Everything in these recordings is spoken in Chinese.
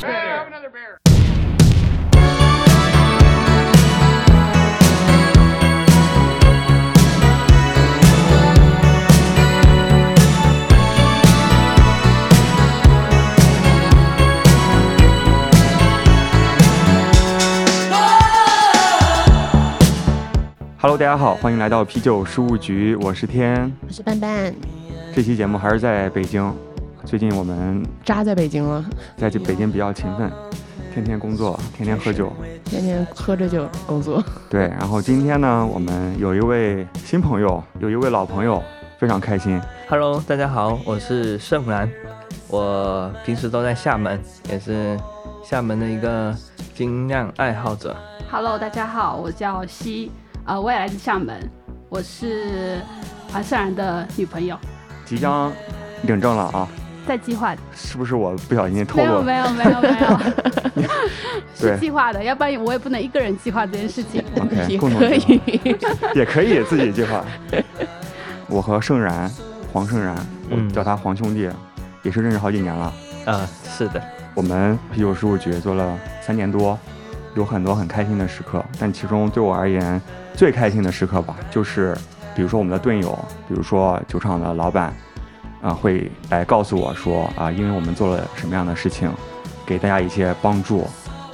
Brother Bear. Hello，大家好，欢迎来到啤酒事务局，我是天。我是半半，这期节目还是在北京，最近我们扎在北京了，在这北京比较勤奋，天天工作，天天喝酒。天天喝着酒工作。对，然后今天呢，我们有一位新朋友，有一位老朋友，非常开心。 Hello，大家好，我是盛兰，我平时都在厦门，也是厦门的一个精酿爱好者。 Hello，大家好，我叫西，呃，我也来自厦门，我是啊盛然的女朋友，即将领证了啊，在计划的，是不是我不小心透没有露？没有没有没有，是对计划的，要不然我也不能一个人计划这件事情。 ，OK， 也共同可计划以，也可以自己计划。我和盛然，黄盛然，我嗯叫他黄兄弟，也是认识好几年了。啊，是的，我们啤酒事务局做了三年多，有很多很开心的时刻，但其中对我而言最开心的时刻吧，就是比如说我们的队友，比如说酒厂的老板，啊、会来告诉我说啊、因为我们做了什么样的事情，给大家一些帮助，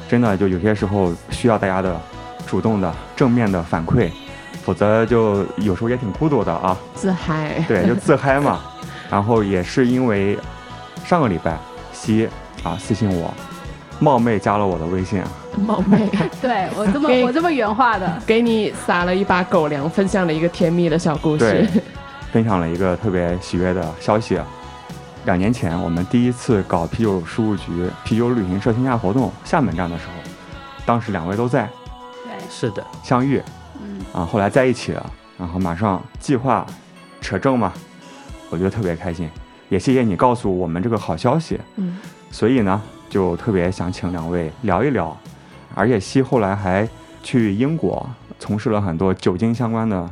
真的就有些时候需要大家的主动的正面的反馈，否则就有时候也挺孤独的啊。自嗨。对，就自嗨嘛。然后也是因为上个礼拜西啊私信我，冒昧加了我的微信啊，冒昧对我这么可以我这么原话的，给你撒了一把狗粮，分享了一个甜蜜的小故对事。分享了一个特别喜悦的消息。啊两年前我们第一次搞啤酒事务局啤酒旅行社线下活动厦门站的时候，当时两位都在对，是的，相遇嗯，啊，后来在一起了，然后马上计划扯证嘛，我觉得特别开心，也谢谢你告诉我们这个好消息。 嗯，所以呢，就特别想请两位聊一聊。而且西后来还去英国从事了很多酒精相关的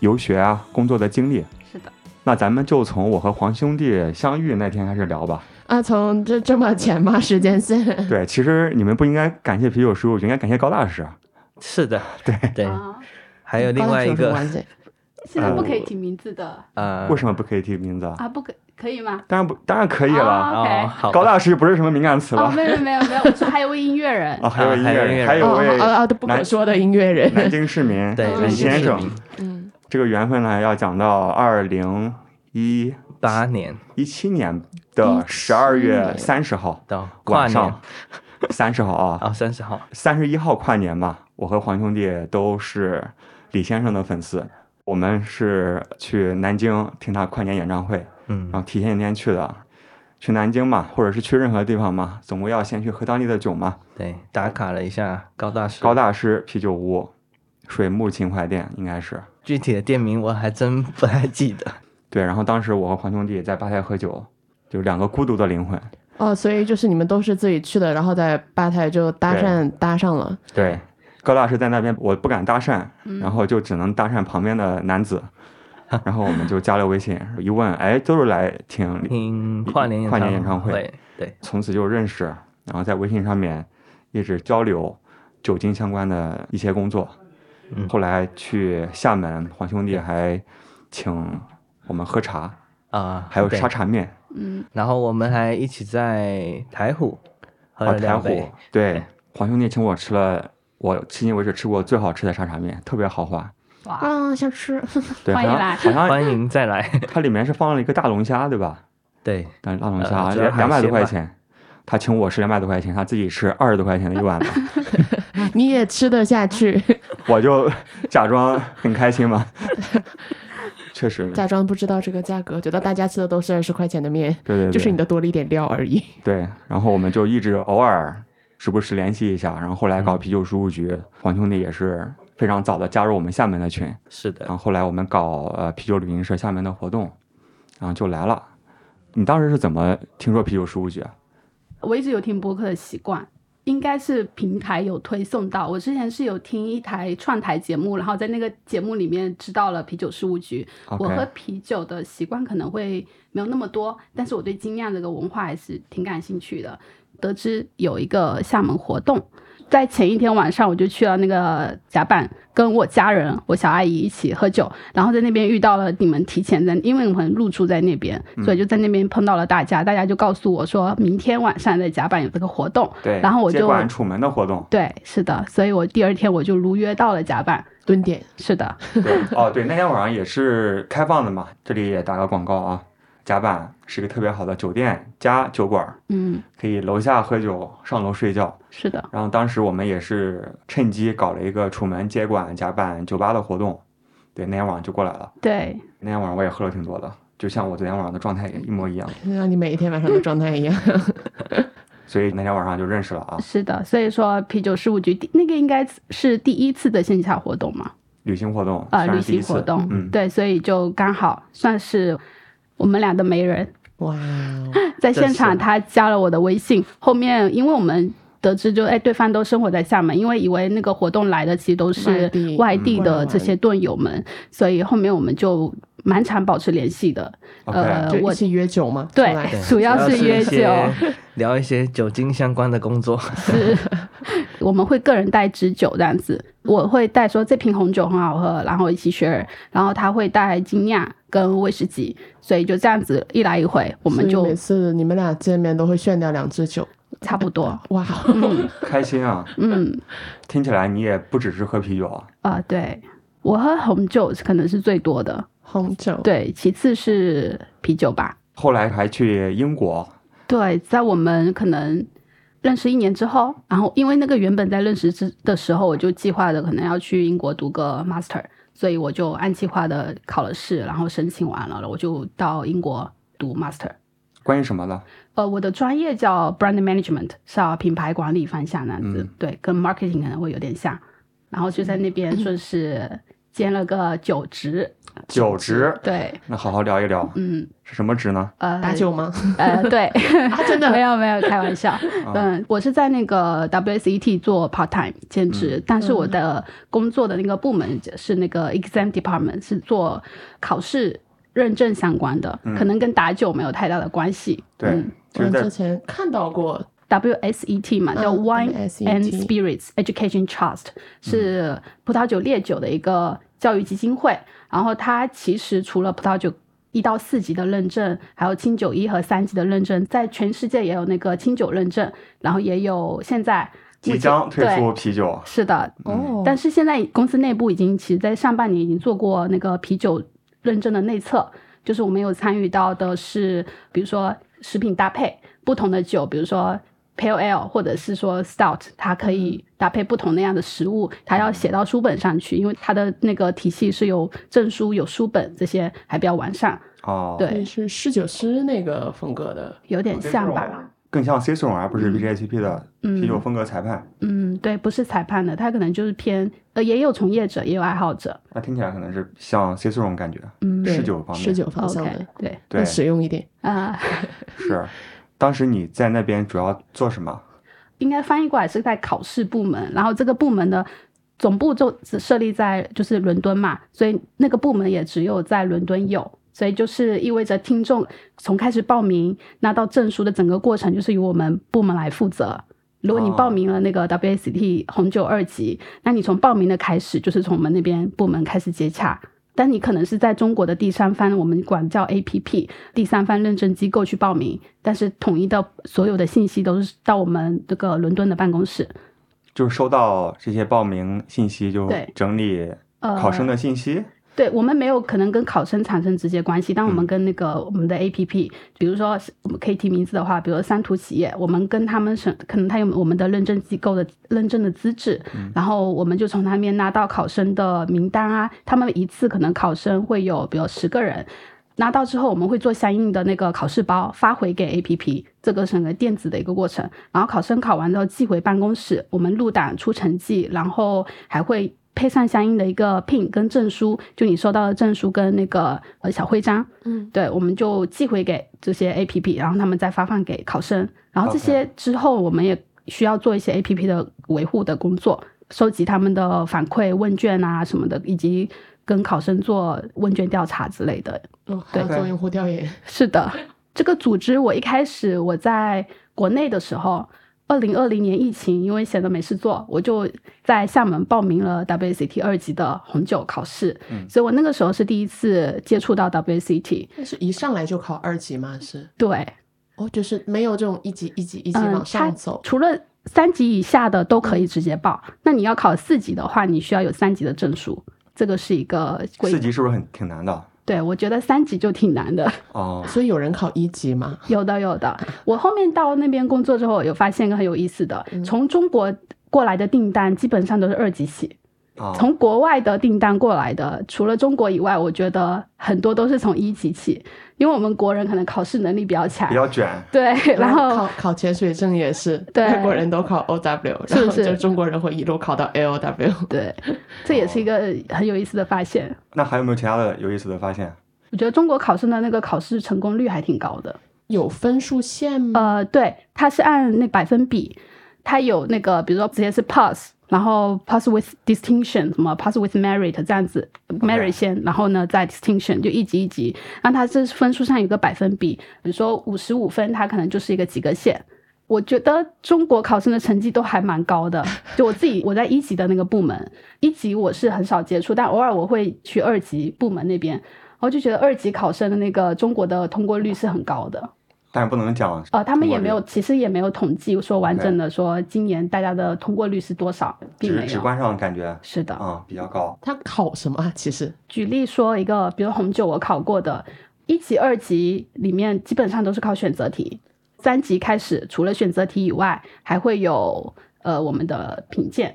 游学啊、工作的经历。是的，那咱们就从我和黄兄弟相遇那天开始聊吧。啊，从这这么浅吗？时 间线？对，其实你们不应该感谢啤酒师傅，应该感谢高大师。是的，对对，啊，还有另外一高大上有什么关个，系现在不可以提名字的呃，为什么不可以提名字啊？啊，不可可以吗？当然不，当然可以了。啊？OK 哦，好，高大师不是什么敏感词哦，了没有没有没有，我说还有位音乐人 啊，，还有啊音还有乐音乐人，人还 有哦哦位哦，都不可说的音乐南人。京市民对，嗯李南京先市生民。 嗯，这个缘分呢，要讲到二零一八年一七年的十二月三十号到跨晚年上，三十号啊， 啊，三十号，三十一号跨年嘛，我和黄兄弟都是李先生的粉丝，我们是去南京听他跨年演唱会，嗯然，后提前一天去的。去南京嘛，或者是去任何地方嘛，总归要先去喝当地的酒嘛。对，打卡了一下高大师，高大师啤酒屋、水木情怀店应该是具体的店名我还真不太记得，对。然后当时我和黄兄弟在吧台喝酒，就两个孤独的灵魂。哦，所以就是你们都是自己去的，然后在吧台就搭讪搭上了。对，高大师在那边，我不敢搭讪，嗯然后就只能搭讪旁边的男 子，然后我们就加了微信，一问，哎，都是来嗯听，听跨年跨年演唱会会，对，从此就认识，然后在微信上面一直交流酒精相关的一些工作，嗯后来去厦门，黄兄弟还请我们喝茶，啊，还有对沙茶面，嗯，然后我们还一起在台虎喝啊，了台两虎杯，，对，黄兄弟请我吃了。我迄今为止吃过最好吃的沙茶面，特别豪华。哇，啊，想吃。对，好欢迎像来好像欢迎再来。它里面是放了一个大龙虾，对吧？ 对，但是大龙呃虾主要两是两百海多鲜块吧钱，他请我吃两百多块钱，他自己吃二十多块钱的一碗吧 你也吃得下去，我就 假装很开心 嘛。确实，假装不知道这个价格，觉得大家吃的都是二十块钱的面，对对对，就是你的多了一点料而已。 对。然后我们就一直偶尔时不时联系一下，然后后嗯来搞啤酒事务局，黄兄弟也是非常早的加入我们厦门的群，是的然，后后来我们搞呃啤酒旅行社厦门的活动，然后就来了。你当时是怎么听说啤酒事务局啊？我一直有听播客的习惯，应该是平台有推送到。我之前是有听一台串台节目，然后在那个节目里面知道了啤酒事务局。我 OK 喝啤酒的习惯可能会没有那么多，但是我对精酿这个文化还是挺感兴趣的。得知有一个厦门活动，在前一天晚上我就去了那个甲板，跟我家人、我小阿姨一起喝酒，然后在那边遇到了你们提前在，因为我们入住在那边，所以就在那边碰到了大家，大家就告诉我说明天晚上在甲板有这个活动，对，然后我接就，管楚门的活动对，是的，所以我第二天我就如约到了甲板，蹲点，是的， 对，哦，对，那天晚上也是开放的嘛，这里也打个广告啊，甲板是一个特别好的酒店加酒馆儿，嗯，可以楼下喝酒，上楼睡觉。是的，然后当时我们也是趁机搞了一个楚门接管甲板酒吧的活动，对，那天晚上就过来了。对，那天晚上我也喝了挺多的，就像我昨天晚上的状态也一模一样，让你每一天晚上的状态一样。 所以那天晚上就认识了啊。是的，所以说啤酒事务局第那个应该是第一次的线下活动嘛，旅行活动呃，算旅是第一行次活动，嗯，对，所以就刚好算是我们俩的媒人，哇哦，在这现是场他加了我的微信，后面因为我们。得知就哎，对方都生活在厦门，因为以为那个活动来的其实都外是地外地嗯的这些队友们，所以后面我们就蛮常保持联系的。 OK，呃就我一起约酒嘛，对出来对主要是一约酒些 聊一些酒精相关的工作。是，我们会个人带支酒这样子，我会带说这瓶红酒很好喝，然后一起 share，然后他会带精酿跟威士忌，所以就这样子一来一回，我们所以就每次你们俩见面都会炫掉两支酒，差不多。哇 哦， 开心啊！嗯，听起来你也不只是喝啤酒啊，啊、对我喝红酒可能是最多的，红酒，对，其次是啤酒吧。后来还去英国，对，在我们可能认识一年之后，然后因为那个原本在认识之的时候，我就计划着可能要去英国读个 master，所以我就按计划的考了试，然后申请完了，我就到英国读 master。关于什么的？呃，我的专业叫 brand management，是啊，品牌管理方向那样子，嗯对，跟 marketing 可能会有点像。然后就在 那边顺势兼了个酒职，酒职，对，那好好聊一聊，嗯，是什么职呢？呃，打酒吗？呃，对，啊真的 哦没有没有开玩笑。嗯，我是在那个 WSET 做 part time 兼职，嗯但是我的工作的那个部门是那个 exam department，是做考试认证相关的，嗯可能跟打酒没有太大的关系。对，嗯 就我是在之前看到过， WSET E 嘛，嗯叫 Wine and WSET Spirits Education Trust，是葡萄酒烈酒的一个教育基金会。然后它其实除了葡萄酒一到四级的认证，还有清酒一和三级的认证，在全世界也有那个清酒认证，然后也有现在目即前将退出对，啤酒，是的，嗯哦，但是现在公司内部已经，其实，在上半年已经做过那个啤酒认证的内测，就是我们有参与到的是，比如说食品搭配不同的酒，比如说 pale ale 或者是说 stout，它可嗯以搭配不同那样的食物，它要写到书本上去，因为它的那个体系是有证书、有书本这些，还比较完善，哦，对对，是侍酒师那个风格的，有点像啊吧。更像 C 总而不是 BJCP 的啤酒风格裁判，嗯，对，不是裁判的，它可能就是偏，呃，也有从业者，也有爱好者。那听起来可能是像 C 总感觉，嗯对侍酒方面侍酒方向，OK，的，对，对更，实用一点。啊、是。当时你在那边主要做什么？应该翻译过来是在考试部门，然后这个部门的总部就只设立在就是伦敦嘛，所以那个部门也只有在伦敦有，所以就是意味着听众从开始报名拿到证书的整个过程，就是由我们部门来负责。如果你哦报名了那个 WSET 红酒二级，那你从报名的开始就是从我们那边部门开始接洽。但你可能是在中国的第三方，我们管叫 APP 第三方认证机构去报名，但是统一的所有的信息都是到我们这个伦敦的办公室。就是收到这些报名信息，就对整理呃，考生的信息。对我们没有可能跟考生产生直接关系，但我们嗯跟那个我们的 APP，比如说我们可以提名字的话，比如说三图企业，我们跟他们审，可能他有我们的认证机构的认证的资质，然后我们就从他那边拿到考生的名单啊，他们一次可能考生会有比如十个人。拿到之后，我们会做相应的那个考试包发回给 APP，这个整个电子的一个过程。然后考生考完之后寄回办公室，我们入档出成绩，然后还会配上相应的一个 PIN 跟证书，就你收到的证书跟那个呃小徽章，嗯，对，我们就寄回给这些 APP，然后他们再发放给考生。然后这 OK 些之后，我们也需要做一些 APP 的维护的工作，收集他们的反馈问卷啊什么的，以及跟考生做问卷调查之类的。哦，还要对做用户调研，是的，这个组织，我一开始我在国内的时候，二零二零年疫情，因为闲得没事做，我就在厦门报名了 WCT 二级的红酒考试，嗯所以我那个时候是第一次接触到 WCT。但是一上来就考二级吗？是对，哦，就是没有这种一级一级一级嗯，往它上走。嗯除了三级以下的都可以直接报，那你要考四级的话，你需要有三级的证书，这个是一个规四。级是不是很挺难的？对，我觉得三级就挺 难的。哦，所以有人考一级吗？ 有的，有的。我后面到那边工作之后，我有发现一个很有意思的，嗯从中国过来的订单基本上都是二级起，哦从国外的订单过来的，除了中国以外，我觉得很多都是从一级起，因为我们国人可能考试能力比较强比。较卷，对，然后考考潜水证也是，对外国人都考 O W，是然不后是就中国人会一路考到 L W。 对，这也是一个很有意思的发现。那还有没有其他的有意思的发现？我觉得中国考生的那个考试成功率还挺高的。有分数线吗？呃，对，它是按那百分比，它有那个，比如说直接是 pass，然后 pass with distinction，什么 pass with merit 这样子，merit 先，然后呢再 distinction 就一级一级。那它这分数上有个百分比，比如说五十五分，它可能就是一个及格线。我觉得中国考生的成绩都还蛮高的，就我自己我在一级的那个部门，一级我是很少接触，但偶尔我会去二级部门那边，我就觉得二级考生的那个中国的通过率是很高的。但是不能讲呃，他们也通过率没有，其实也没有统计说完整的说今年大家的通过率是多少，只并是没直有。观上感觉是的，啊比较高。他考什么啊？其实举例说一个，比如红酒我考过的，一级、二级里面基本上都是靠选择题，三级开始除了选择题以外，还会有呃我们的品鉴。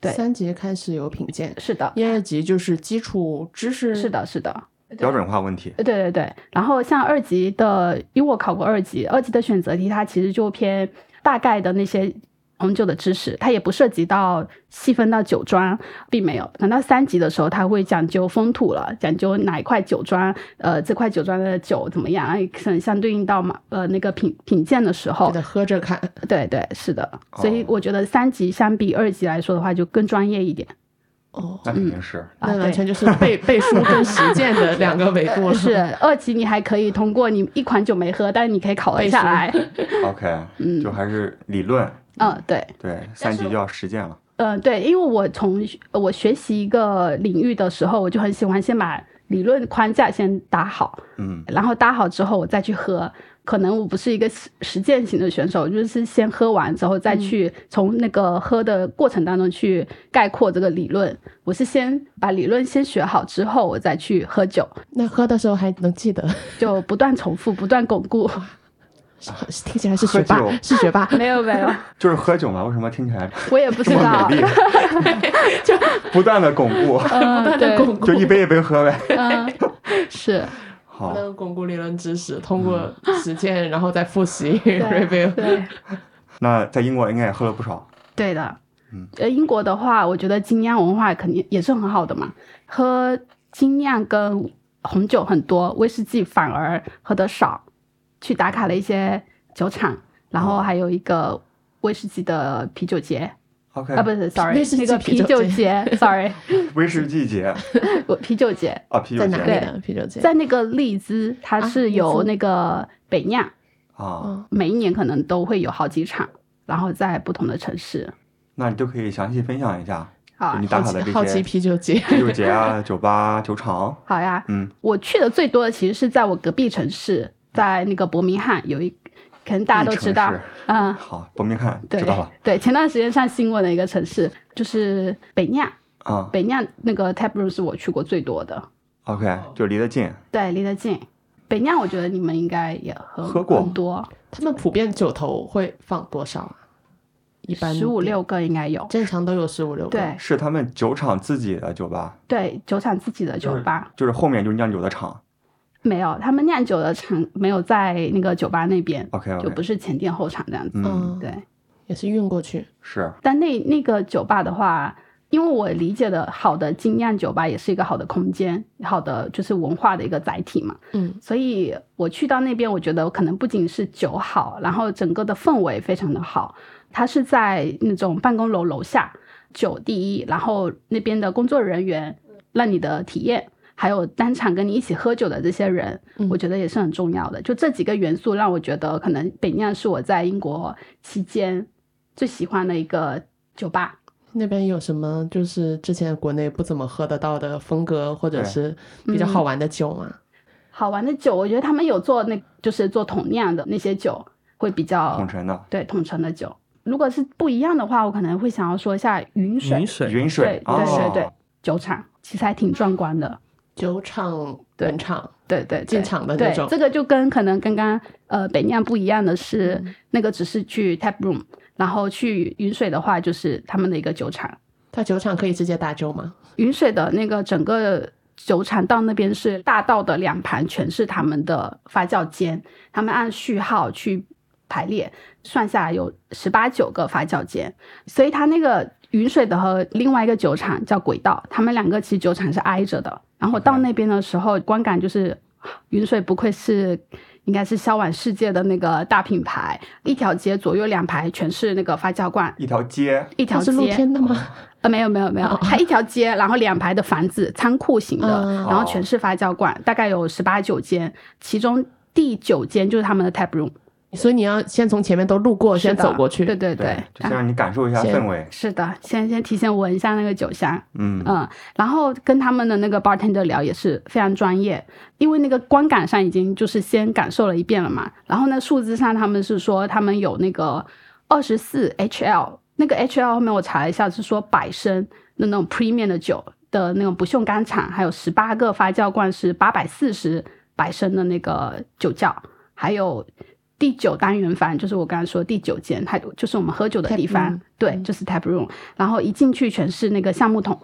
对三级开始有品鉴，是的，一二级就是基础知识。是，的，是的。标准化问题，对对对，然后像二级的，因为我考过二级，二级的选择题它其实就偏大概的那些红酒的知识，它也不涉及到细分到酒庄，并没有。等到三级的时候，它会讲究风土了，讲究哪一块酒庄，呃，这块酒庄的酒怎么样，啊可能相对应到嘛，呃，那个品品鉴的时候就，得喝着 看。对对是的。所以哦我觉得三级相比二级来说的话，就更专业一点。哦，那肯定是啊那对完全就是 背背书跟实践的两个维度呃了。是二级，你还可以通过你一款酒没喝，但是你可以考核背下书来。 OK， 嗯就还是理论，嗯，对。对，三级就要实践了。嗯，对，因为我从呃我学习一个领域的时候，我就很喜欢先把理论框架先打好，嗯，然后搭好之后我再去喝。可能我不是一个实实践型的选手，就是先喝完之后再去从那个喝的过程当中去概括这个理论。我是先把理论先学好之后，我再去喝酒，那喝的时候还能记得， 就不断重复，不断巩固。听起来是学喝霸酒，是学霸。没有没有，就是喝酒嘛，为什么听起来我也不知这么啊 道 美。丽？就不断的巩固，不嗯，断对的，巩固，就一杯一杯喝呗。嗯， 是。好，嗯那巩固理论知识，通过实践，然后再复 习对 review。对那在英国应该也喝了不少。对的，嗯呃，英国的话，我觉得精酿文化肯定也是很好的嘛，喝精酿跟红酒很多，威士忌反而喝得少。去打卡了一些酒厂，然后还有一个威士忌的啤酒节、 OK，啊，不 是，sorry，威士忌那个啤啤酒酒节，sorry，威士忌 节我啤酒节啊，啤酒在哪里节呢？啤酒节在那个利兹，它啊是利有兹那个北酿，啊，嗯，每一年可能都会有好几场，然后在不同的城市那你就可以详细分享一下，啊就你，打好卡的奇这好奇些啤酒节，啤酒节啊、酒吧、酒厂。好呀，嗯，我去的最多的其实是在我隔壁城市，在那个伯明翰有一，可能大家都知道一城市，嗯，好，伯明翰对知道了对，前段时间上新闻的一个城市就是北酿，啊。北酿那个 tap room 是我去过最多的， OK，就离得近，对，离得近。北酿我觉得你们应该也喝喝过很多， 他们普遍酒头会放多少啊？一般十五六个应该有，正常都有十五六个。对是他们酒厂自己的酒吧，对，酒厂自己的酒吧就是后面就是酿酒的厂。没有，他们酿酒的厂没有在那个酒吧那边， OK 就 OK，不是前店后厂这样子，嗯，嗯，对。也是运过去。是但那那个酒吧的话，因为我理解的好的精酿酒吧也是一个好的空间，好的就是文化的一个载体嘛，嗯，所以我去到那边，我觉得可能不仅是酒好，然后整个的氛围非常的好。它是在那种办公楼楼下，酒第一，然后那边的工作人员让你的体验。还有当场跟你一起喝酒的这些人，嗯我觉得也是很重要的。就这几个元素让我觉得，可能北酿是我在英国期间最喜欢的一个酒吧。那边有什么就是之前国内不怎么喝得到的风格，或者对是比较嗯好玩的酒吗？好玩的酒，我觉得他们有做那，就是做桶酿的那些酒，会比较统称的对统称的酒。如果是不一样的话，我可能会想要说一下云水云水云水对，哦对对对酒厂，其实还挺壮观的。酒厂、对本厂，对对，对进场的那对种这个就跟可能刚刚呃北酿不一样的是，那个只是去 tap room，然后去云水的话就是他们的一个酒厂，它酒厂可以直接打酒吗？云水的那个整个。酒厂到那边是大道的两旁全是他们的发酵间，他们按序号去排列，算下来有十八九个发酵间，所以它那个云水的和另外一个酒厂叫轨道，他们两个其实酒厂是挨着的。然后到那边的时候，观感就是云水不愧是应该是销往世界的那个大品牌，一条街左右两排全是那个发酵罐，一条街，一条它是露街天的吗？呃，没有没有没有，它一条街，然后两排的房子，仓库型的，哦嗯然后全是发酵罐，大概有十八九间，其中第九间就是他们的 tap room，所以你要先从前面都路过，是先的走过去。对对啊就先让你感受一下行氛围，是的，先先提前闻一下那个酒香，嗯，嗯，然后跟他们的那个 bartender 聊也是非常专业，因为那个观感上已经就是先感受了一遍了嘛。然后呢，数字上他们是说他们有那个二十四 HL，那个 HL 后面我查了一下是说百升的那种 premium 的酒的那种不锈钢厂，还有十八个发酵罐是八百四十百升的那个酒窖，还有。第九单元房就是我刚才说第九间，它就是我们喝酒的 Tap 地方 room，嗯对，就是 tap room。然后一进去全是那个橡木桶，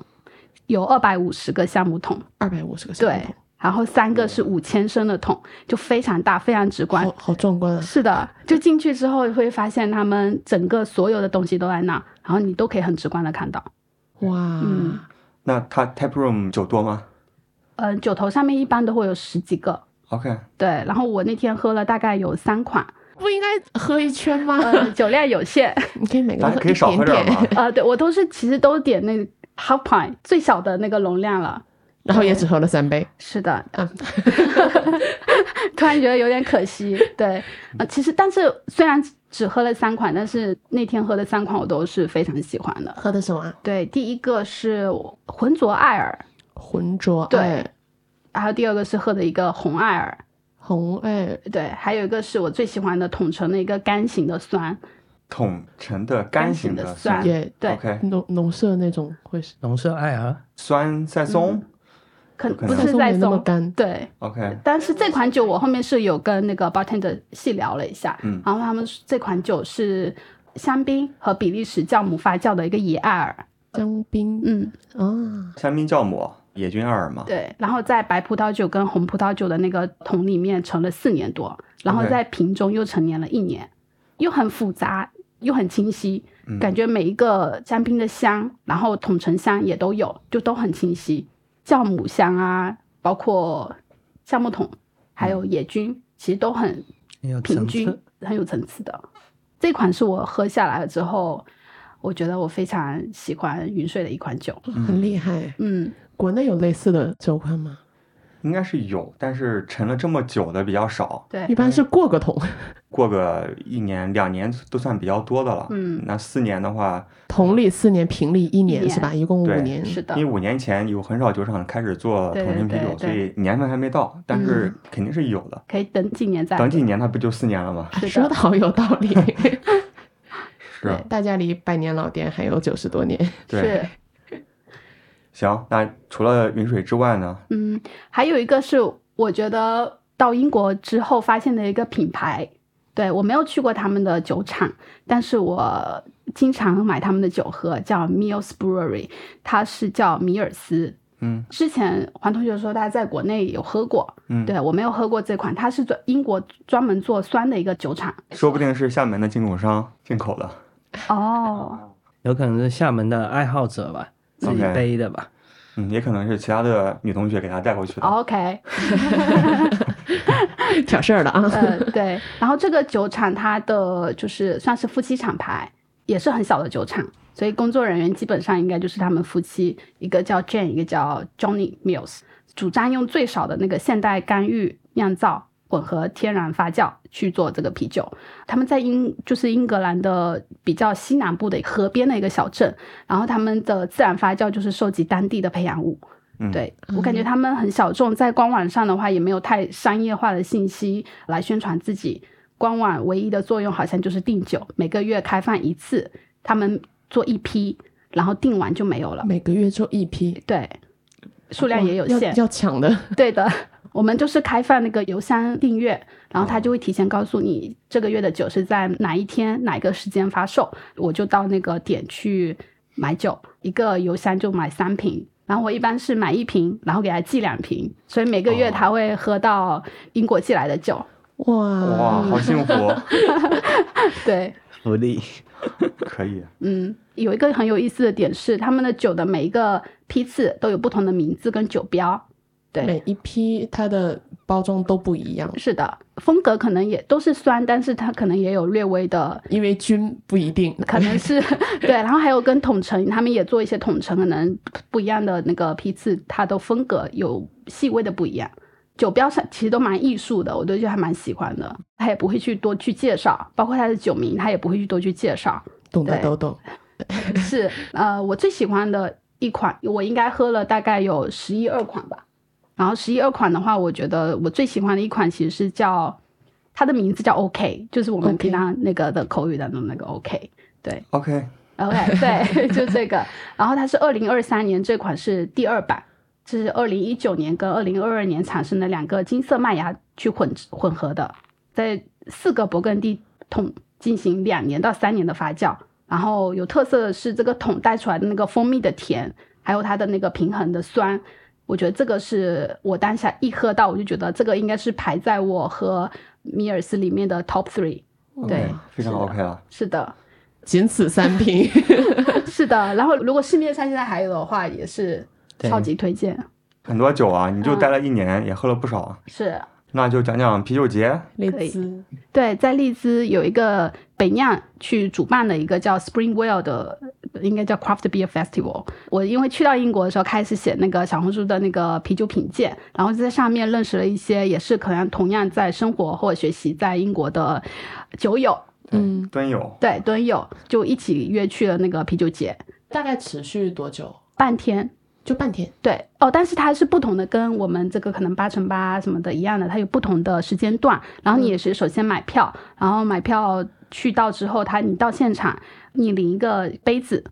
有二百五十个橡木桶，二百五十个小时对，然后三个是五千升的桶，就非常大，非常直观好。好壮观啊！是的，就进去之后会发现他们整个所有的东西都在那，然后你都可以很直观的看到。哇，嗯那它 tap room 酒多吗嗯、酒头上面一般都会有十几个， ？OK，对。然后我那天喝了大概有三款，不应该喝一圈 吗？呃，酒量有限，你可以每个咱都可以少一喝点点点，嘛，呃，对我都是其实都点那个 half pint 最小的那个容量了。 然后也只喝了三杯。是的，啊突然觉得有点可惜。对，呃，其实但是虽然只喝了三款，但是那天喝的三款我都是非常喜欢的。喝的什么啊？对，第一个是浑浊艾尔，浑浊对爱，还有第二个是喝的一个红艾尔，红哎爱，对，还有一个是我最喜欢的统称的一个干型的酸，统称的干型的干酸型的也对，OK，农农舍那种会是，农舍爱啊河，酸赛松嗯可有可不能是没在那么松，干。对。 ，OK，但是这款酒我后面是有跟那个 bartender 细聊了一下，嗯然后他们这款酒是香槟和比利时酵母发酵的一个野艾尔，香槟嗯，啊，香槟酵母、野菌艾尔嘛，对，然后在白葡萄酒跟红葡萄酒的那个桶里面陈了四年多，然后 OK 在瓶中又陈年了一年，又很复杂又很清晰，嗯感觉每一个香槟的香，然后桶陈香也都有，就都很清晰，酵母香啊，包括橡木桶，还嗯有野菌，其实都很有平层均次，很有层次的。这款是我喝下来了之后，我觉得我非常喜欢云水的一款酒，很厉害。嗯。国内有类似的酒款吗？应该是有，但是陈了这么久的比较少，对一，般是过个桶，过个一年两年都算比较多的了。嗯那四年的话，桶里四年，瓶里一年一年是吧？一共五对年。是的因为，五年前有很少酒厂开始做对桶陈啤对酒，对嗯所以年份还没到，但是肯定是有的。可以等几年再等几年它不就四年了吗？是的啊说的好有道理， 是，啊大家离百年老店还有九十多年。对。是，行，那除了云水之外呢？嗯，还有一个是我觉得到英国之后发现的一个品牌，对我没有去过他们的酒厂，但是我经常买他们的酒喝，叫 Mills Brewery，它是叫米尔斯。嗯之前黄同学说他在国内有喝过，嗯，对我没有喝过这款，它是专英国专门做酸的一个酒厂。说不定是厦门的进口商进口的。哦，有可能是厦门的爱好者吧，自己 OK 背的吧。嗯，也可能是其他的女同学给他带过去的。哦 OK，挑事儿了啊！呃，对。然后这个酒厂它的就是算是夫妻厂牌，也是很小的酒厂，所以工作人员基本上应该就是他们夫妻，一个叫 Jane，一个叫 Johnny Mills。主张用最少的那个现代干预酿造。混合天然发酵去做这个啤酒，他们在英就是英格兰的比较西南部的河边的一个小镇，然后他们的自然发酵就是收集当地的培养物。嗯对我感觉他们很小众，在官网上的话也没有太商业化的信息来宣传自己。官网唯一的作用好像就是订酒，每个月开放一次，他们做一批，然后订完就没有了。 每个月就一批，对，数量也有哇限。要要抢的。 对的，我们就是开放那个邮箱订阅，然后他就会提前告诉你这个月的酒是在哪一天哪个时间发售，我就到那个点去买酒，一个邮箱就买三瓶。然后我一般是买一瓶，然后给他寄两瓶，所以每个月哦他会喝到英国寄来的酒。 哇哇，好幸福，对，福利，可以。嗯，有一个很有意思的点是，他们的酒的每一个批次都有不同的名字跟酒标。对，每一批它的包装都不一样，是的，风格可能也都是酸，但是它可能也有略微的，因为菌不一定，可能是 对。然后还有跟统称，他们也做一些统称，可能不一样的那个批次，它的风格有细微的不一样。酒标上其实都蛮艺术的，我对这还蛮喜欢的。他也不会去多去介绍，包括他的酒名，他也不会去多去介绍。 懂的对都懂。是呃，我最喜欢的一款，我应该喝了大概有十一二款吧。然后十一二款的话，我觉得我最喜欢的一款其实是叫它的名字叫 OK，就是我们 OK 平常那个的口语当中那个 OK。 OK， OK，对，就这个。然后它是二零二三年这款是第二版，这是二零一九年跟二零二二年产生的两个金色麦芽去混混合的，在四个勃艮第桶进行两年到三年的发酵。然后有特色的是这个桶带出来的那个蜂蜜的甜，还有它的那个平衡的酸。我觉得这个是我当下一喝到，我就觉得这个应该是排在我和米尔斯里面的 top three。对 OK，非常是的 OK 了。是的，仅此三 瓶，是的，然后如果市面上现在还有的话，也是对超级推荐。很多酒啊，你就嗯待了一年，也喝了不少。是那就讲讲啤酒节，荔可以枝对，在利兹有一个北酿去主办的一个叫 Spring Well 的，应该叫 Craft Beer Festival。我因为去到英国的时候，开始写那个小红书的那个啤酒品鉴，然后在上面认识了一些也是可能同样在生活或学习在英国的酒友，嗯，蹲友对，蹲友，就一起约去了那个啤酒节，大概持续多久？半天。就半天。对哦，但是它是不同的，跟我们这个可能八乘八什么的一样的，它有不同的时间段。嗯然后你也是首先买票，然后买票去到之后，它你到现场，你领一个杯子，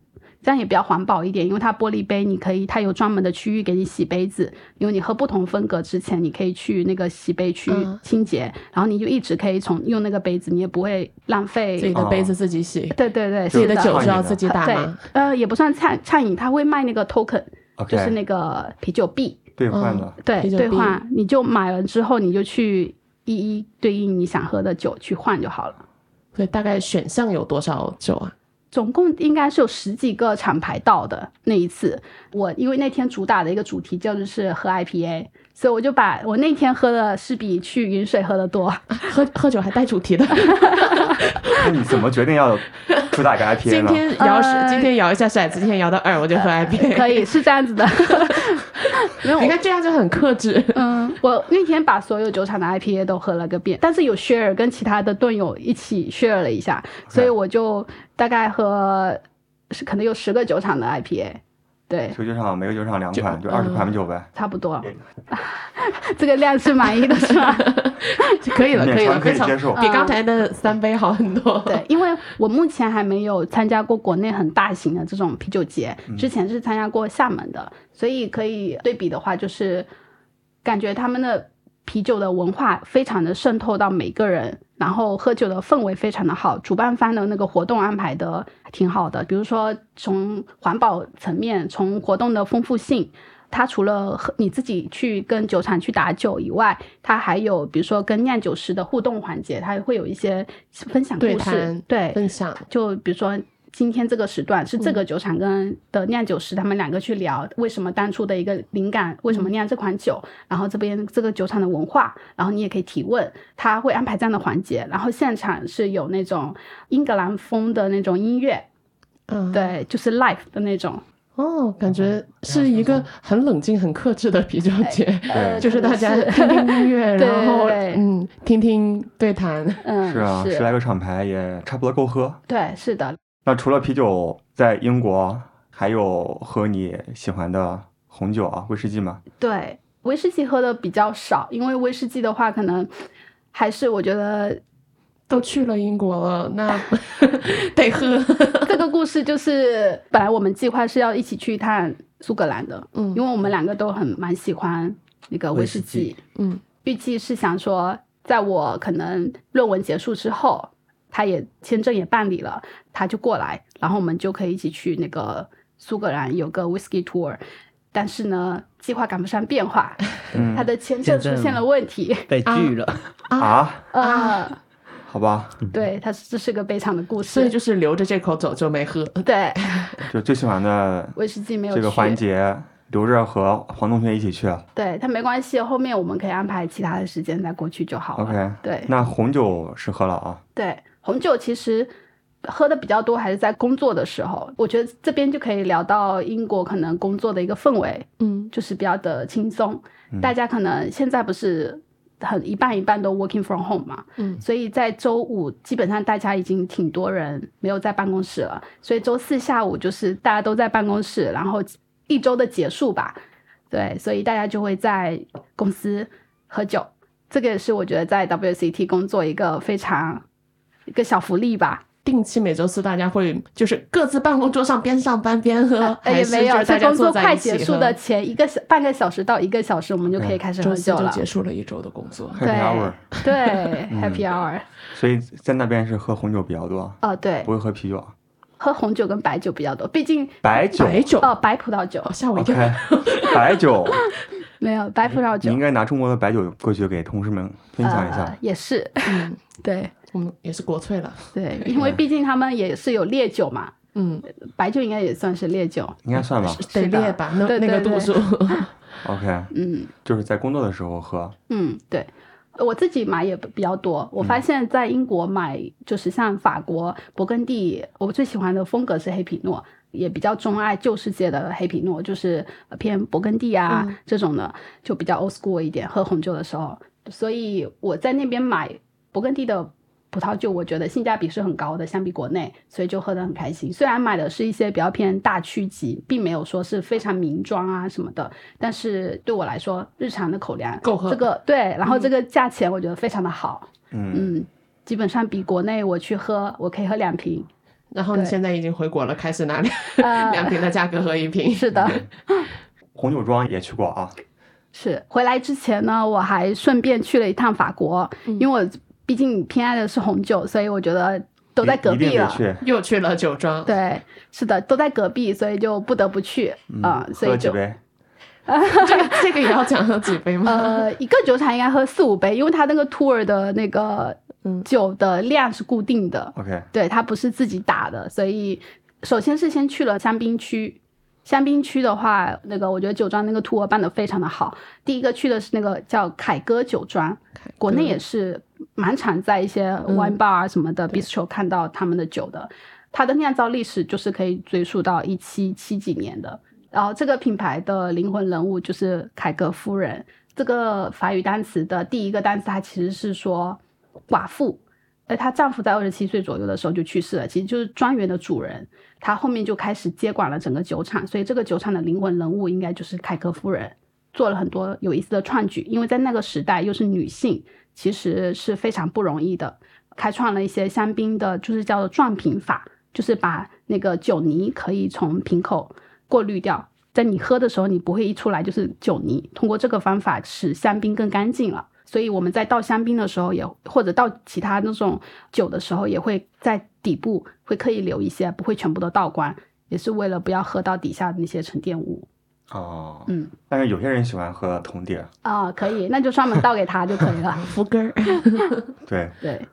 这样也比较环保一点，因为它玻璃杯，你可以它有专门的区域给你洗杯子，因为你喝不同风格之前，你可以去那个洗杯区嗯清洁，然后你就一直可以从用那个杯子，你也不会浪费自己。的杯子自己洗，对对对，自己是的的酒是要自己打哦对吗？，呃，也不算畅畅饮，他会卖那个 token， ，OK，就是那嗯个啤酒币，兑换的。对啤酒兑币换，你就买了之后，你就去一一对应你想喝的酒去换就好了。所以大概选项有多少酒啊？ 总共应该是有十几个厂牌到的那一次，我因为那天主打的一个主题就是喝 IPA，所以我就把我那天喝的是比去云水喝的多。喝喝酒还带主题的。那你怎么决定要主 打 个 IPA 今呢？天摇骰，呃今天摇一下骰子，今天摇到二我就喝 IPA。可以是这样子的，没有你看这样就很克制。嗯，我那天把所有酒厂的 IPA 都喝了个遍，但是有 share 跟其他的盾友一起 share 了一下，所以我就大概喝是可能有十个酒厂的 IPA，对，球酒厂每个酒厂两款，就就二十款酒呗。差不多嗯。 这个量是满意的是吧？ 可以了，勉可以了，强可以非常接受比哦刚才的三杯好很多。嗯对，因为我目前还没有参加过国内很大型的这种啤酒节，之前是参加过厦门的，所以可以对比的话，就是感觉他们的啤酒的文化非常的渗透到每个人，然后喝酒的氛围非常的好，主办方的那个活动安排的挺好的，比如说从环保层面，从活动的丰富性。它除了和你自己去跟酒厂去打酒以外，它还有比如说跟酿酒师的互动环节，它会有一些分享故对事谈，对，分享就比如说今天这个时段是这个酒厂跟的酿酒师他们两个去聊为什么当初的一个灵感，为什么酿这款酒，然后这边这个酒厂的文化，然后你也可以提问，他会安排这样的环节，然后现场是有那种英格兰风的那种音乐，嗯，对，就是 live 的那种。哦，感嗯觉是一个很冷静、很克制的啤酒节，呃对 就是大家可能是听听音乐，对然后嗯，听听对谈。 嗯，是啊，十来个厂牌也差不多够喝。对，是的，那除了啤酒，在英国还有喝你喜欢的红酒啊、威士忌吗？对，威士忌喝的比较少，因为威士忌的话，可能还是我觉得都去了英国了， 那得喝。这个故事就是，本来我们计划是要一起去一趟苏格兰的，嗯因为我们两个都很蛮喜欢那个威士威士忌，嗯，预计是想说，在我可能论文结束之后，他也签证也办理了，他就过来，然后我们就可以一起去那个苏格兰有个 whisky tour，但是呢，计划赶不上变化，嗯他的签证签证出现了问题，被拒了，啊，呃，好吧，对，他这是个悲惨的故事，所以就是留着这口酒就没喝。对就最喜欢的威士忌没有这个去环节，留着和黄同学一起去。啊对，但没关系，后面我们可以安排其他的时间再过去就好了。 OK，对那红酒是喝了啊，对，红酒其实喝的比较多，还是在工作的时候。我觉得这边就可以聊到英国可能工作的一个氛围，嗯就是比较的轻松。嗯大家可能现在不是很一半一半都 working from home 嘛，嗯所以在周五基本上大家已经挺多人没有在办公室了，所以周四下午就是大家都在办公室，然后一周的结束吧，对，所以大家就会在公司喝酒，这个也是我觉得在 WCT 工作一个非常一个小福利吧，定期每周四大家会就是各自办公桌上边上班边喝，呃还也是没就有，是大在家工坐作在快一起结束喝的前一个小半个小时到一个小时，我们就可以开始喝周四酒就了，结束了一周的工作。对 Happy hour 对嗯，Happy Hour，所以在那边是喝红酒比较多，哦对不，会喝啤酒。啊喝红酒跟白酒比较多，毕竟白酒白酒，哦白葡萄酒哦吓我一跳。 ，OK，白酒，没有白葡萄你酒应。该拿中国的白酒过去给同事们分享一下呃。、也是，嗯，对我们也是国粹了。对，因为毕竟他们也是有烈酒嘛，嗯，白酒应该也算是烈酒，应该算吧得是的列吧，那对那个对度对 数。 ，OK，嗯就是在工作的时候喝，嗯，对。我自己买也比较多，我发现在英国买就是像法国勃艮第，我最喜欢的风格是黑皮诺，也比较钟爱旧世界的黑皮诺，就是呃偏勃艮第啊、嗯这种的，就比较 old school 一点。喝红酒的时候，所以我在那边买勃艮第的葡萄酒，我觉得性价比是很高的，相比国内，所以就喝得很开心。虽然买的是一些比较偏大区级，并没有说是非常名庄啊什么的，但是对我来说，日常的口粮够喝这个对，然后这个价钱我觉得非常的好，嗯，嗯，基本上比国内我去喝，我可以喝两瓶，然后你对现在已经回国了，开始拿两呃两瓶的价格喝一瓶。是的，红酒庄也去过啊，是回来之前呢，我还顺便去了一趟法国，嗯因为我毕竟偏爱的是红酒，所以我觉得都在一隔一壁定得了。去，又去了酒庄，对，是的，都在隔壁，所以就不得不去啊、嗯所喝以几就杯，这个这个也要讲喝几杯吗？呃，一个酒厂应该喝四五杯，因为它那个 tour 的那个嗯酒的量是固定的， OK，对，它不是自己打的，所以首先是先去了香槟区。香槟区的话，那个我觉得酒庄那个 tour 办的非常的好。第一个去的是那个叫凯歌酒庄，国内也是蛮常在一些嗯 wine bar 啊什么的、bistro 看到他们的酒的。它的酿造历史就是可以追溯到一七七几年的。然后这个品牌的灵魂人物就是凯格夫人。这个法语单词的第一个单词，它其实是说寡妇，而她丈夫在二十七岁左右的时候就去世了，其实就是庄园的主人。她后面就开始接管了整个酒厂，所以这个酒厂的灵魂人物应该就是凯格夫人，做了很多有意思的创举。因为在那个时代，又是女性，其实是非常不容易的，开创了一些香槟的，就是叫做撞瓶法，就是把那个酒泥可以从瓶口过滤掉，在你喝的时候，你不会一出来就是酒泥。通过这个方法，使香槟更干净了。所以我们在倒香槟的时候也，或者倒其他那种酒的时候，也会在底部会刻意留一些，不会全部都倒光，也是为了不要喝到底下的那些沉淀物。哦，嗯，但是有些人喜欢喝铜碟，啊、可以，那就专门倒给他就可以了。福根儿，对，对，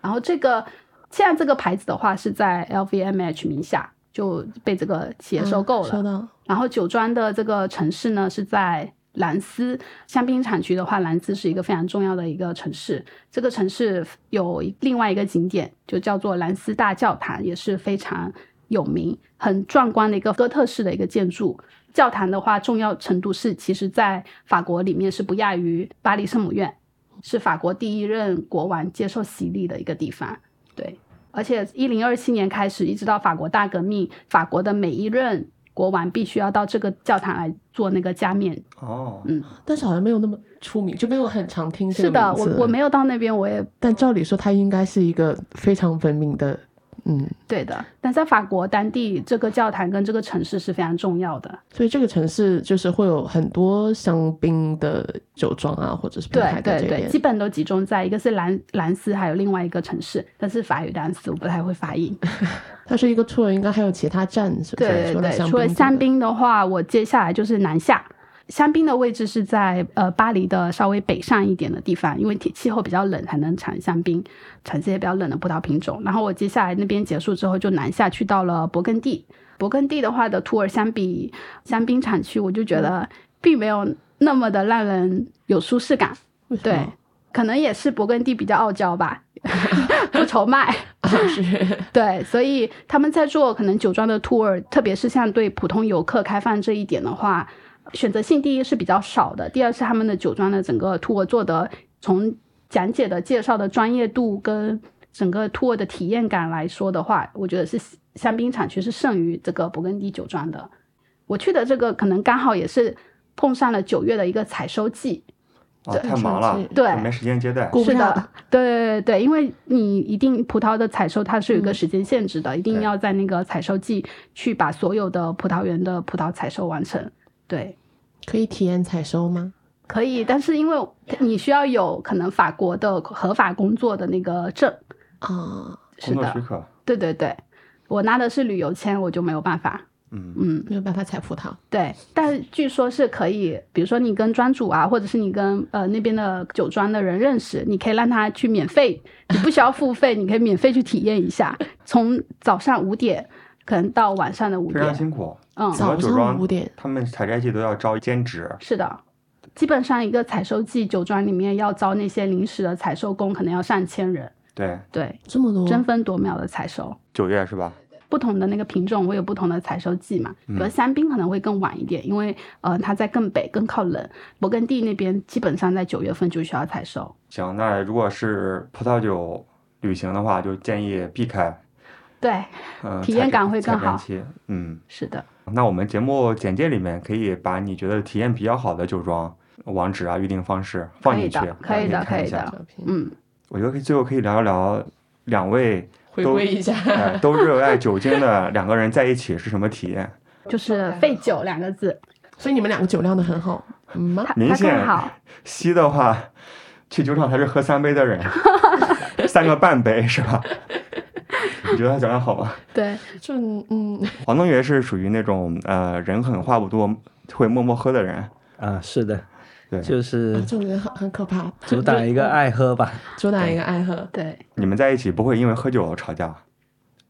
然后这个现在这个牌子的话是在 LVMH 名下，就被这个企业收购了。嗯收到。然后酒庄的这个城市呢是在兰斯，香槟产区的话，兰斯是一个非常重要的一个城市。这个城市有一另外一个景点，就叫做兰斯大教堂，也是非常有名、很壮观的一个哥特式的一个建筑。教堂的话，重要程度是其实在法国里面是不亚于巴黎圣母院，是法国第一任国王接受洗礼的一个地方。对，而且一零二七年开始，一直到法国大革命，法国的每一任国王必须要到这个教堂来做那个加冕。哦，但是好像没有那么出名，就没有很常听这是个的，名我字我没有到那边，我也但照理说，它应该是一个非常文明的，嗯，对的。但在法国当地，这个教堂跟这个城市是非常重要的。所以这个城市就是会有很多香槟的酒庄啊，或者是品对牌在对这对，边。基本都集中在一个是兰兰斯，还有另外一个城市，但是法语单词我不太会发音。它是一个 tour，应该还有其他站，是不是？对除对了香对，槟，除了香，槟的话，我接下来就是南下。香槟的位置是在呃巴黎的稍微北上一点的地方，因为天气候比较冷，才能产香槟，产这些比较冷的葡萄品种。然后我接下来那边结束之后，就南下去到了勃艮第。勃艮第的话的图尔相比香槟产区，我就觉嗯得并没有那么的让人有舒适感。为什对么，可能也是勃艮第比较傲娇吧， 不愁卖。啊 是对，所以他们在做可能酒庄的 tour，特别是像对普通游客开放这一点的话，选择性第一是比较少的，第二是他们的酒庄的整个 tour 做的从讲解的介绍的专业度跟整个 tour 的体验感来说的话，我觉得是香槟产区是胜于这个勃艮第酒庄的。我去的这个可能刚好也是碰上了九月的一个采收季，哦，太忙了，是对，没时间接待。顾不是上的， 对对对对，因为你一定葡萄的采收它是有一个时间限制的，一定对要在那个采收季去把所有的葡萄园的葡萄采收完成。对，可以体验采收吗？可以，但是因为你需要有可能法国的合法工作的那个证，啊，是工作的许，可，对对对，我拿的是旅游签，我就没有办法。嗯，嗯，没有办法采葡萄，对，但是据说是可以，比如说你跟庄主啊，或者是你跟呃那边的酒庄的人认识，你可以让他去免费，你不需要付费，你可以免费去体验一下，从早上五点可能到晚上的五非常点，辛苦。嗯，很多早酒庄上五点，他们采摘季都要招兼职，是的，基本上一个采收季酒庄里面要招那些临时的采收工，可能要上千人，对，对，这么多，争分夺秒的采收。九月是吧？不同的那个品种会有不同的采收季嘛，比嗯如香槟可能会更晚一点，因为呃它在更北更靠冷，勃艮第那边基本上在九月份就需要采收。行，那如果是葡萄酒旅行的话，就建议避开，对，呃，体采验摘感会更采摘好期嗯，是的，那我们节目简介里面可以把你觉得体验比较好的酒庄网址啊、预订方式放可以进去的，可以大家的，可看一以下。的，小品嗯，我觉得可以最后可以聊一聊两位回都归一下，呃都热爱酒精的两个人在一起是什么体验？就是“废酒”两个字， 所以你们两个酒量都很好嗯吗？它明它显更好，西的话，去酒厂他是喝三杯的人， 三个半杯是吧？你觉得他酒量好吗？对，就嗯，黄东元是属于那种呃人狠话不多，会默默喝的人。啊，是的，对就是 这种人很很可怕，主打一个爱喝 吧，主打一个爱喝，对，你们在一起不会因为喝酒吵架，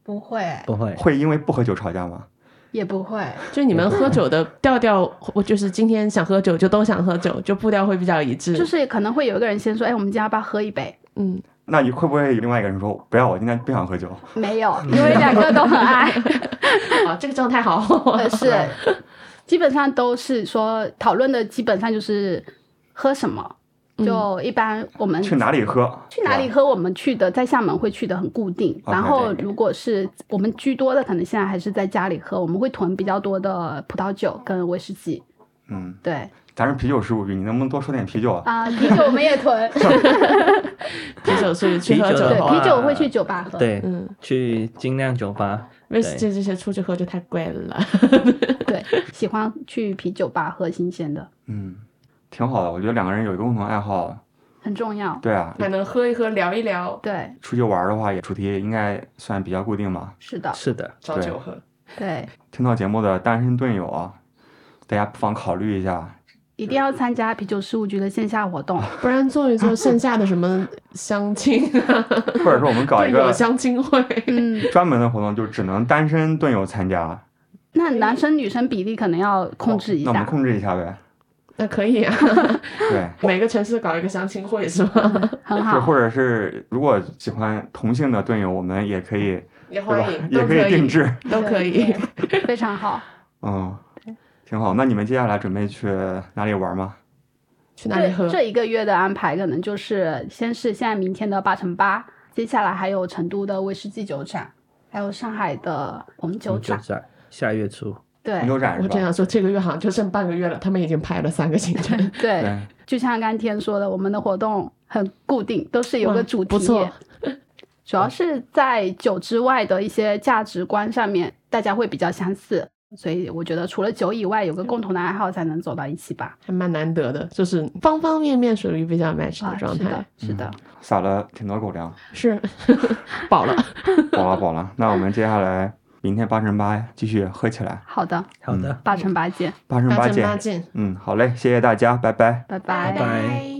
不会，不会，会因为不喝酒吵架吗？也不会，就你们喝酒的调调，我就是今天想喝酒就都想喝酒，就步调会比较一致，就是可能会有一个人先说：“哎，我们今天要不要喝一杯嗯，那你会不会有另外一个人说不要，我今天不想喝酒？？”没有，嗯因为两个都很 爱。啊，这个状态好，呃，是，基本上都是说讨论的，基本上就是喝什么。就一般我们嗯去哪里喝？去哪里是吧？喝，我们去的在厦门会去的很固定。 OK 然后如果是我们居多的，可能现在还是在家里喝，我们会囤比较多的葡萄酒跟威士忌。嗯，对咱是啤酒事务局，你能不能多说点啤酒啊？啊、啤酒我们也囤， 啤酒是去啤喝酒酒的对的话话，啤酒我会去酒吧喝。对，嗯，去精酿酒吧，威士忌这些出去喝就太贵了， 对，喜欢去啤酒吧喝新鲜的，嗯，挺好的，我觉得两个人有一个共同爱好，很重要。对啊，还能喝一喝聊一聊，对，出去玩的话也主题应该算比较固定吧。是的，是的，找酒喝，对，听到节目的单身队友啊，大家不妨考虑一下，一定要参加啤酒事务局的线下活动。不然做一做线下的什么相亲啊，或者说我们 搞 一队友个相亲会，嗯，专门的活动，就只能单身队友参加，那男生女生比例可能要控制一哦那我们下，控制一下呗。那可以啊， 对，每个城市搞一个相亲会是吗？很是好。或者是如果喜欢同性的队友，我们也可以，对也吧欢迎，？都也可以定制，都可以。非常好。嗯，挺好。那你们接下来准备去哪里玩吗？去哪里喝这？这一个月的安排可能就是，先是现在明天的八乘八，接下来还有成都的威士忌酒展，还有上海的红酒就展。在下月初，对红酒展我是正吧？想说，这个月好像就剩半个月了，他们已经排了三个行程，对，对，就像刚天说的，我们的活动很固定，都是有哇个主题，不错，主要是在酒之外的一些价值观上面，大家会比较相似。所以我觉得，除了酒以外，有个共同的爱好才能走到一起吧。还蛮难得的，就是方方面面属于比较 match 的啊，状是的态，，嗯是的，撒了挺多狗粮，是 饱了。饱了饱了。那我们接下来明天八乘八继续喝起来，好的，好的，八乘八见，八乘八嗯八正见八。进，嗯，好嘞，谢谢大家，拜拜。拜拜拜。